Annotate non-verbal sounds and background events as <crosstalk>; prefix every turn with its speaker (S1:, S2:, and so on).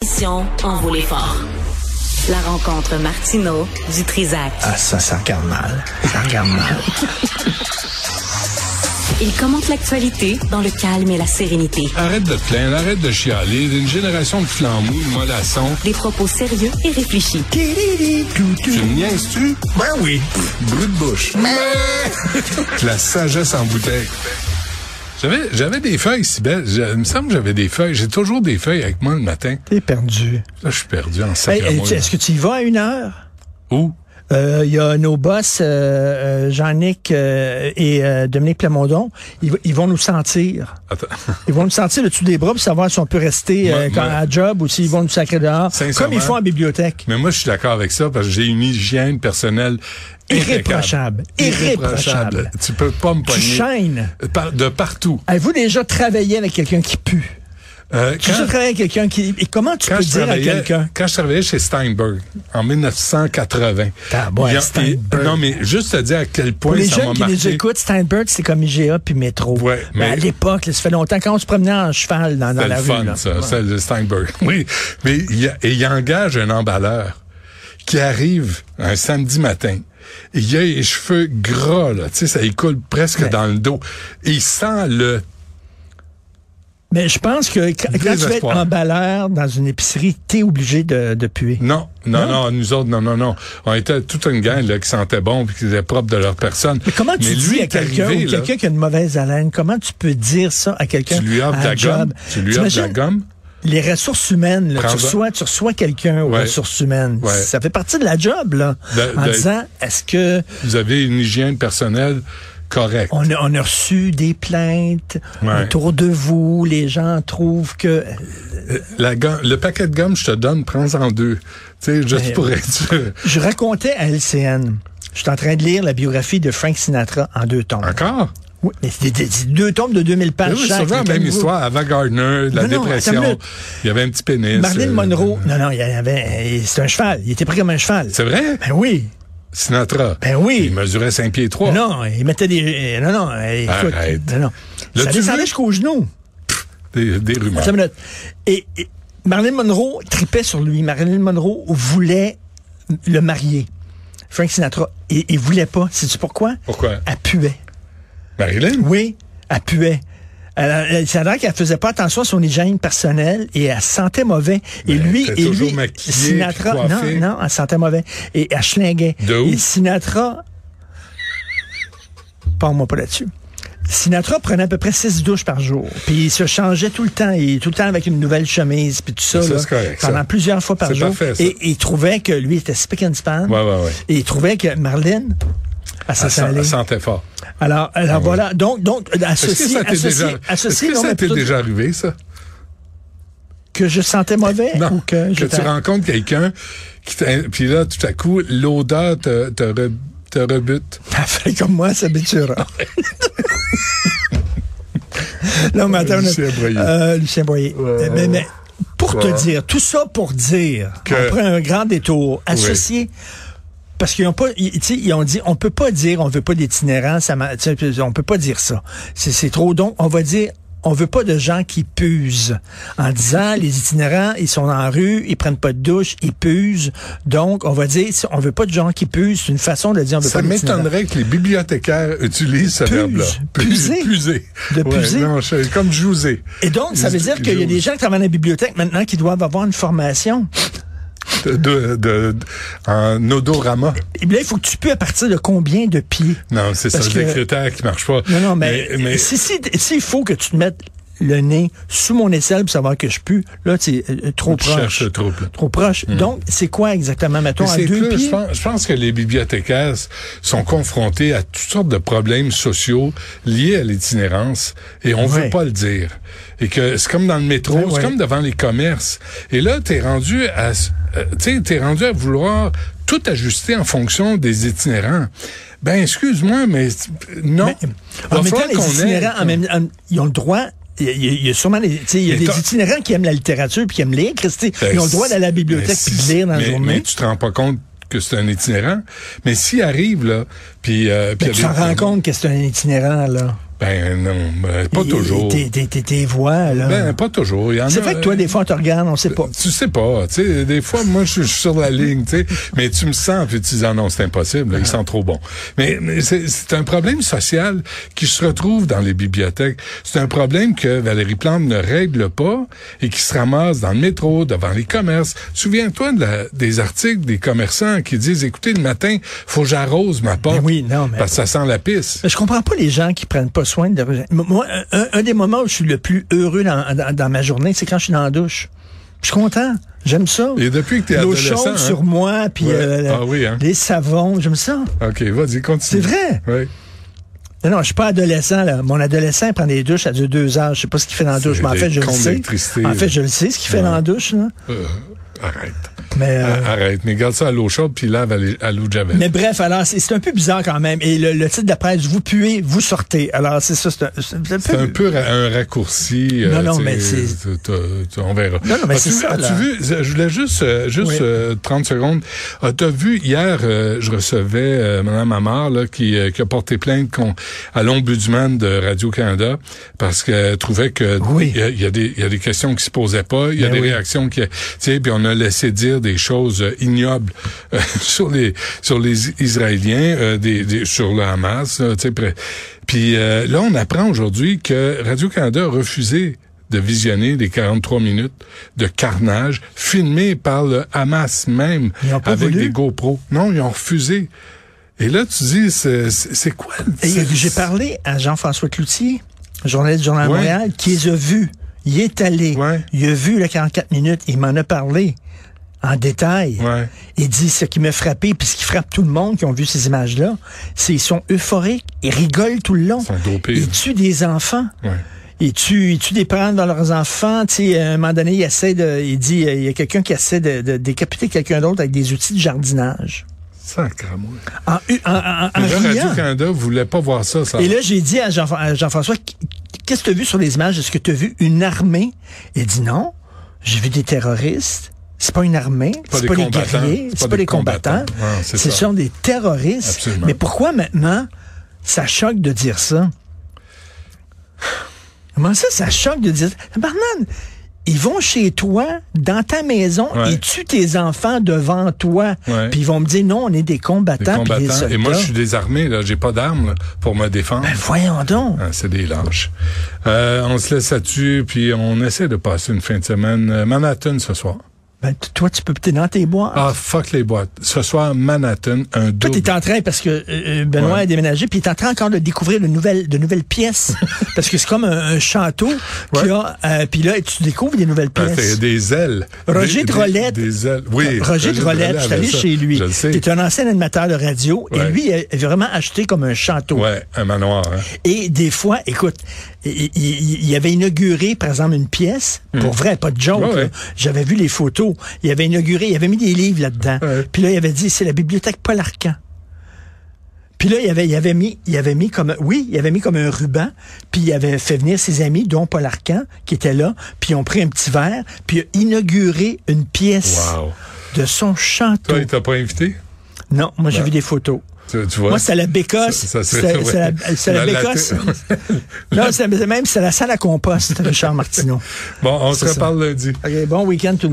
S1: L'émission en vaut l'effort. La rencontre Martino du Trisac.
S2: Ah, ça, ça regarde mal. Ça regarde mal.
S1: Il commente l'actualité dans le calme et la sérénité.
S3: Arrête de te plaindre, arrête de chialer. Une génération de flambous, de mollassons.
S1: Des propos sérieux et réfléchis.
S3: Tu me niaises-tu?
S2: Ben oui.
S3: Brut de bouche. De La sagesse en bouteille. J'avais, j'avais des feuilles, si belles. il me semble que j'avais des feuilles. J'ai toujours des feuilles avec moi le matin.
S4: T'es perdu.
S3: Là, je suis perdu hein. en
S4: Hey,
S3: sacré
S4: euh, tu- Est-ce que tu y vas à une heure?
S3: Où?
S4: Euh, Il y a nos boss, euh, euh, Jean-Nic euh, et euh, Dominique Plamondon, ils, v- ils vont nous sentir.
S3: Attends. <laughs>
S4: Ils vont nous sentir le dessus des bras pour savoir si on peut rester
S3: Moi-
S4: euh, quand-
S3: moi-
S4: à job ou s'ils vont nous sacrer dehors,
S3: Sincèrement-
S4: comme ils font à la bibliothèque.
S3: Mais moi, je suis d'accord avec ça parce que j'ai une hygiène personnelle
S4: Irréprochable.
S3: impeccable. Irréprochable.
S4: Irréprochable.
S3: Tu peux pas me
S4: Tu
S3: pogner
S4: chaînes.
S3: par- de partout.
S4: Avez-vous déjà travaillé avec quelqu'un qui pue?
S3: Euh,
S4: Tu as déjà travaillé avec quelqu'un qui... Et comment tu
S3: quand
S4: peux
S3: je
S4: dire à
S3: travaillais-
S4: quelqu'un?
S3: Quand je travaillais chez Steinberg en 1980.
S4: Tabarouette,
S3: il y a-
S4: Steinberg.
S3: Non, mais juste te dire à quel
S4: Pour
S3: point
S4: les
S3: ça m'a
S4: jeunes qui
S3: marqué.
S4: nous écoutent, Steinberg, c'est comme IGA puis métro.
S3: Ouais,
S4: mais...
S3: mais-
S4: à l'époque, là, ça fait longtemps quand on se promenait en cheval dans, dans
S3: C'était
S4: la
S3: le
S4: rue.
S3: fun,
S4: là.
S3: ça. C'est le Steinberg. <laughs> Oui. Mais il, y a- et il engage un emballeur qui arrive un samedi matin. Et Il a les cheveux gras, là. Tu sais, ça écoule presque dans le dos. Et il sent le
S4: Mais je pense que quand, quand tu vas être
S3: Désespoir.
S4: emballeur dans une épicerie, t'es obligé de, de puer.
S3: Non, non, non, nous autres, non, non, non. On était toute une gang là, qui sentait bon puis qui étaient propres de leur personne.
S4: Mais comment tu dis
S3: lui
S4: à
S3: est
S4: quelqu'un
S3: arrivé,
S4: ou
S3: là,
S4: quelqu'un qui a une mauvaise haleine, comment tu peux dire ça à quelqu'un?
S3: Tu lui
S4: à
S3: offres de
S4: un
S3: la gomme.
S4: job?
S3: Tu lui offres de la
S4: Ah, T'imagines
S3: gomme.
S4: Les ressources humaines, là, tu,
S3: Prends-en.
S4: reçois, tu reçois quelqu'un aux
S3: Ouais.
S4: ressources humaines.
S3: Ouais.
S4: Ça fait partie de la job, là.
S3: De-
S4: en
S3: de-
S4: disant, est-ce que
S3: Vous avez une hygiène personnelle correcte.
S4: On a, on a reçu des plaintes
S3: Ouais.
S4: autour de vous. Les gens trouvent que
S3: La gomme- le paquet de gomme, je te donne, prends-en deux. Tu sais, juste
S4: Mais-
S3: pour être sûr.
S4: je racontais à LCN. Je suis en train de lire la biographie de Frank Sinatra en deux tomes.
S3: Encore?
S4: Oui, mais c'est des- des- deux tomes de 2000 pages.
S3: Oui, oui, c'est
S4: chaque,
S3: toujours la
S4: là,
S3: même
S4: calmez-vous.
S3: histoire. Avant Gardner, la
S4: Non, non, attends une
S3: dépression,
S4: minute.
S3: il y avait un petit pénis.
S4: Marilyn
S3: euh,
S4: Monroe. Non, non, il y en avait. euh, C'est un cheval. Il était pris comme un cheval.
S3: C'est vrai?
S4: Ben oui.
S3: Sinatra.
S4: Ben oui.
S3: Il mesurait 5 pieds 3.
S4: Non, il mettait des. euh, Non, non. euh, écoute,
S3: Arrête.
S4: Non, non.
S3: L'as-tu
S4: Ça
S3: vu?
S4: descendait jusqu'aux genoux.
S3: Des, des rumeurs.
S4: Attends une minute. Et, et Marilyn Monroe tripait sur lui. Marilyn Monroe voulait le marier. Frank Sinatra, il, il voulait pas. Sais-tu pourquoi?
S3: Pourquoi?
S4: Elle puait.
S3: Marilyn?
S4: Ah, Oui, elle puait. Elle, elle- ça a l'air qu'elle faisait pas attention à son hygiène personnelle et elle se sentait mauvais. Et
S3: Mais Ben, elle
S4: lui,
S3: était
S4: et
S3: toujours
S4: lui,
S3: maquillée,
S4: Sinatra,
S3: puis
S4: non,
S3: coiffée.
S4: non, elle se sentait mauvais. Et elle schlinguait.
S3: De où?
S4: Et Sinatra, parle-moi pas là-dessus. Sinatra prenait à peu près six douches par jour. Puis il se changeait tout le temps. Il tout le temps avec une nouvelle chemise, puis tout ça,
S3: Ça,
S4: là,
S3: c'est correct, ça.
S4: pendant plusieurs fois par
S3: C'est
S4: jour.
S3: parfait, ça.
S4: et il trouvait que lui était spick and span.
S3: Ouais, ouais, ouais.
S4: Et il trouvait que Marlene, elle s'en
S3: Elle sent-
S4: allait.
S3: elle sentait fort.
S4: Alors, alors voilà. Donc, donc euh,
S3: Ah Est-ce que
S4: associé,
S3: ça t'est
S4: associé,
S3: déjà,
S4: associé,
S3: est-ce que
S4: non,
S3: ça
S4: mais
S3: t'est
S4: plutôt
S3: déjà arrivé, ça?
S4: que je sentais mauvais ou que, j'étais-
S3: tu rencontres quelqu'un, qui t'a- puis là, tout à coup, l'odeur te, te, re- te rebute.
S4: <laughs> T'as fait comme moi, ça
S3: <laughs>
S4: m'étudiera. non, mais attends,
S3: Lucien
S4: on a-
S3: Boyer.
S4: Euh, Lucien Boyer. Euh, mais, mais pour te dire, tout ça pour dire,
S3: Que-
S4: après un grand détour, associé. Parce qu'ils ont pas, ils, tu sais, ils ont dit, on peut pas dire, on veut pas d'itinérants, ça m'a- tu sais, on peut pas dire ça. C'est, c'est trop donc, on va dire, on veut pas de gens qui pusent. En disant, les itinérants, ils sont en rue, ils prennent pas de douche, ils pusent. Donc, on va dire, on veut pas de gens qui pusent. C'est une façon de dire, on veut
S3: Ça
S4: pas d'itinérants.
S3: m'étonnerait que les bibliothécaires utilisent ce
S4: Puse.
S3: verbe-là.
S4: Puiser.
S3: Puiser.
S4: De
S3: Ouais,
S4: puiser.
S3: non, je- comme jouser.
S4: Et donc, ça veut dire qu'il y a des gens qui travaillent dans la bibliothèque maintenant qui doivent avoir une formation.
S3: De, de- de- en odorama.
S4: Et bien, il faut que tu peux à partir de combien de pieds?
S3: Non, c'est ça,
S4: Parce
S3: des
S4: que-
S3: critères qui marchent pas.
S4: Non, non, mais,
S3: mais-
S4: si s'il faut que tu te mettes le nez sous mon aisselle pour savoir que je pue, là, c'est euh, trop
S3: Tu
S4: proche.
S3: cherches le trouble. Hmm.
S4: Trop proche. Donc, c'est quoi exactement, mettons, à
S3: Mais c'est
S4: deux
S3: plus,
S4: pieds?
S3: Je pense, je pense que les bibliothécaires sont confrontés à toutes sortes de problèmes sociaux liés à l'itinérance et on
S4: Ouais.
S3: veut pas le dire. Et que c'est comme dans le métro,
S4: Ouais,
S3: c'est
S4: ouais.
S3: comme devant les commerces. Et là, t'es rendu à, s- euh, tu sais, t'es rendu à vouloir tout ajuster en fonction des itinérants. Ben, excuse-moi, mais euh, non.
S4: Mais-
S3: Va
S4: Ben, en même temps,
S3: falloir
S4: les
S3: qu'on ait-
S4: itinérants, en même- en- ils ont le droit... Il y a- il y a sûrement des, tu sais, il y a
S3: Mais
S4: des
S3: t'as-
S4: itinérants qui aiment la littérature puis qui aiment lire, Christy.
S3: Ben,
S4: Ils ont le droit
S3: si-
S4: d'aller à la bibliothèque
S3: ben,
S4: puis de
S3: si-
S4: lire dans la
S3: mais-
S4: journée.
S3: Mais tu te rends pas compte que c'est un itinérant. Mais s'il arrive, là, puis... euh, puis
S4: Ben,
S3: il y
S4: tu
S3: a
S4: t'en
S3: des-
S4: rends compte que c'est un itinérant, là.
S3: Ben non, ben, pas toujours.
S4: Tes, tes- tes- tes voix, là.
S3: Ben, pas toujours. Il y en
S4: c'est
S3: a-
S4: vrai que toi, des fois, on te regarde, on sait pas.
S3: Tu sais pas, tu sais, des fois, moi, je je suis sur la ligne, tu sais, mais tu me sens, puis tu dis, ah non, c'est impossible, là, ils sont trop bons. Mais, mais c'est c'est un problème social qui se retrouve dans les bibliothèques. C'est un problème que Valérie Plante ne règle pas et qui se ramasse dans le métro, devant les commerces. Souviens-toi de la- des articles des commerçants qui disent, écoutez, le matin, faut que j'arrose ma porte.
S4: Ben oui, non, mais-
S3: Parce que ça sent la pisse.
S4: <laughs> Mais Je comprends pas les gens qui prennent pas soin de leur... Moi, un, un des moments où je suis le plus heureux dans, dans- dans ma journée, c'est quand je suis dans la douche. Je suis content. J'aime ça.
S3: Et depuis que t'es
S4: L'eau
S3: adolescent,
S4: chaude
S3: hein?
S4: sur moi, puis
S3: Ouais.
S4: euh,
S3: Ah oui, hein?
S4: les savons, j'aime ça.
S3: OK, vas-y, continue.
S4: C'est vrai?
S3: Oui.
S4: Non, non, je suis pas adolescent, là. Mon adolescent il prend des douches, ça dure deux heures. Je sais pas ce qu'il fait dans la douche, mais en
S3: des
S4: fait, je le
S3: cons
S4: sais.
S3: d'électricité,
S4: En
S3: là.
S4: fait, je le sais, ce qu'il fait dans la douche, là.
S3: Euh, arrête.
S4: Mais, euh,
S3: Ah, Arrête, mais garde ça à l'eau chaude, puis lave à l'é- à l'eau de javel.
S4: mais bref, alors, c'est c'est un peu bizarre quand même. Et le, le titre de la presse, vous puez, vous sortez. Alors, c'est ça, c'est un, c'est un
S3: C'est un peu ra- un raccourci.
S4: Non,
S3: euh,
S4: non,
S3: tu sais,
S4: mais c'est-
S3: tu- tu- tu- On verra.
S4: Non, non, mais
S3: As-tu
S4: c'est
S3: vu-
S4: ça,
S3: As-tu
S4: là.
S3: vu, je voulais juste, euh, juste
S4: Oui.
S3: euh, 30 secondes. As-tu vu, hier, euh, je recevais euh, Mme Amar, là, qui, euh, qui a porté plainte qu'on- à l'ombudsman de Radio-Canada parce qu'elle trouvait que
S4: Oui.
S3: il y a- Euh, il y, a des- il y a des questions qui se posaient pas, il y a
S4: Ben
S3: des
S4: oui.
S3: réactions qui... Tu sais, puis on a laissé dire des choses euh, ignobles euh, <laughs> sur les sur les Israéliens, euh, des, des- sur le Hamas, là, tu sais, près- Puis euh, là, on apprend aujourd'hui que Radio-Canada a refusé de visionner les 43 minutes de carnage filmé par le Hamas même
S4: Ils ont pas
S3: avec
S4: voulu?
S3: des GoPro. Non, ils ont refusé. Et là, tu dis, c'est c'est- c'est quoi? le-
S4: Et
S3: c'est-
S4: J'ai parlé à Jean-François Cloutier, journaliste du Journal de
S3: Ouais.
S4: Montréal, qui les a vus. Il est allé.
S3: Ouais.
S4: Il a vu le 44 minutes. Il m'en a parlé en détail.
S3: Ouais.
S4: Il dit ce qui m'a frappé, puis ce qui frappe tout le monde qui ont vu ces images-là, c'est qu'ils sont euphoriques. Ils rigolent tout le long.
S3: sont dopés,
S4: Ils
S3: là.
S4: tuent des enfants.
S3: Ouais.
S4: Ils tuent, ils tuent des parents dans leurs enfants. Tu sais, à un moment donné, il essaie de, il dit, euh, il y a quelqu'un qui essaie de, de décapiter quelqu'un d'autre avec des outils de jardinage.
S3: Sacrément.
S4: En, hu- en, en- en
S3: Mais là,
S4: riant.
S3: Radio-Canada voulait pas voir ça. ça
S4: Et là, j'ai dit à Jean- à Jean-François, qu'est-ce que tu as vu sur les images? Est-ce que tu as vu une armée? Il dit non, j'ai vu des terroristes. C'est pas une armée,
S3: pas
S4: c'est
S3: des
S4: pas, les
S3: combattants,
S4: guerriers, c'est pas, les combattants.
S3: Non, c'est
S4: Ce
S3: ça.
S4: sont des terroristes.
S3: Absolument.
S4: Mais pourquoi maintenant ça choque de dire ça? Comment ça, ça choque de dire ça? Barnane, ils vont chez toi, dans ta maison,
S3: Ouais.
S4: ils tuent tes enfants devant toi.
S3: Ouais.
S4: Puis ils vont me dire non, on est des
S3: des
S4: combattants, puis des
S3: combattants.
S4: soldats.
S3: Et moi, je suis désarmé, là. J'ai pas d'armes là, pour me défendre.
S4: Ben, voyons donc.
S3: Ah, c'est des lâches. Euh, on se laisse là-dessus, puis on essaie de passer une fin de semaine. Euh, Manhattan ce soir.
S4: Ben, t- toi, tu peux t'es dans tes bois.
S3: Ah, fuck les boîtes. Ce soir, Manhattan, un
S4: toi,
S3: double.
S4: t'es en train, parce que euh, euh, Benoît
S3: Ouais.
S4: a déménagé, puis t'es en train encore de découvrir de nouvelles, de nouvelles
S3: <laughs>
S4: pièces. parce que c'est comme un, un château qui
S3: Ouais.
S4: a... euh, puis là, tu découvres des nouvelles
S3: Ah, c'est
S4: pièces.
S3: des ailes.
S4: Roger
S3: Des- des-
S4: Drolette.
S3: Des ailes. Oui.
S4: Roger Drolet, je suis
S3: avait
S4: allé
S3: ça.
S4: chez lui.
S3: Je le sais.
S4: T'es un ancien animateur de radio,
S3: Ouais.
S4: et lui, il a vraiment acheté comme un château.
S3: Ouais, un manoir. hein.
S4: Et des fois, écoute, il, il- il avait inauguré, par exemple, une pièce, pour vrai, pas de joke,
S3: Hmm. Ouais,
S4: là.
S3: ouais.
S4: j'avais vu les photos, il avait inauguré, il avait mis des livres là-dedans,
S3: Ouais.
S4: puis là, il avait dit, c'est la bibliothèque Paul Arcan. Puis là, il avait, il avait mis, il avait mis comme, oui, il avait mis comme un ruban, puis il avait fait venir ses amis, dont Paul Arcan, qui était là, puis ils ont pris un petit verre, puis il a inauguré une pièce
S3: Wow.
S4: de son château.
S3: Toi, il t'a pas invité?
S4: Non, moi, j'ai vu des photos.
S3: Tu, tu vois?
S4: Moi, c'est la bécosse.
S3: Ça- ça
S4: C'est
S3: serait-
S4: c'est
S3: ouais.
S4: la, c'est la
S3: La- la-
S4: bécosse. non, c'est même c'est la salle à compost, Richard Martineau.
S3: Bon, on
S4: C'est
S3: se
S4: ça.
S3: reparle lundi.
S4: OK, bon week-end tout le monde.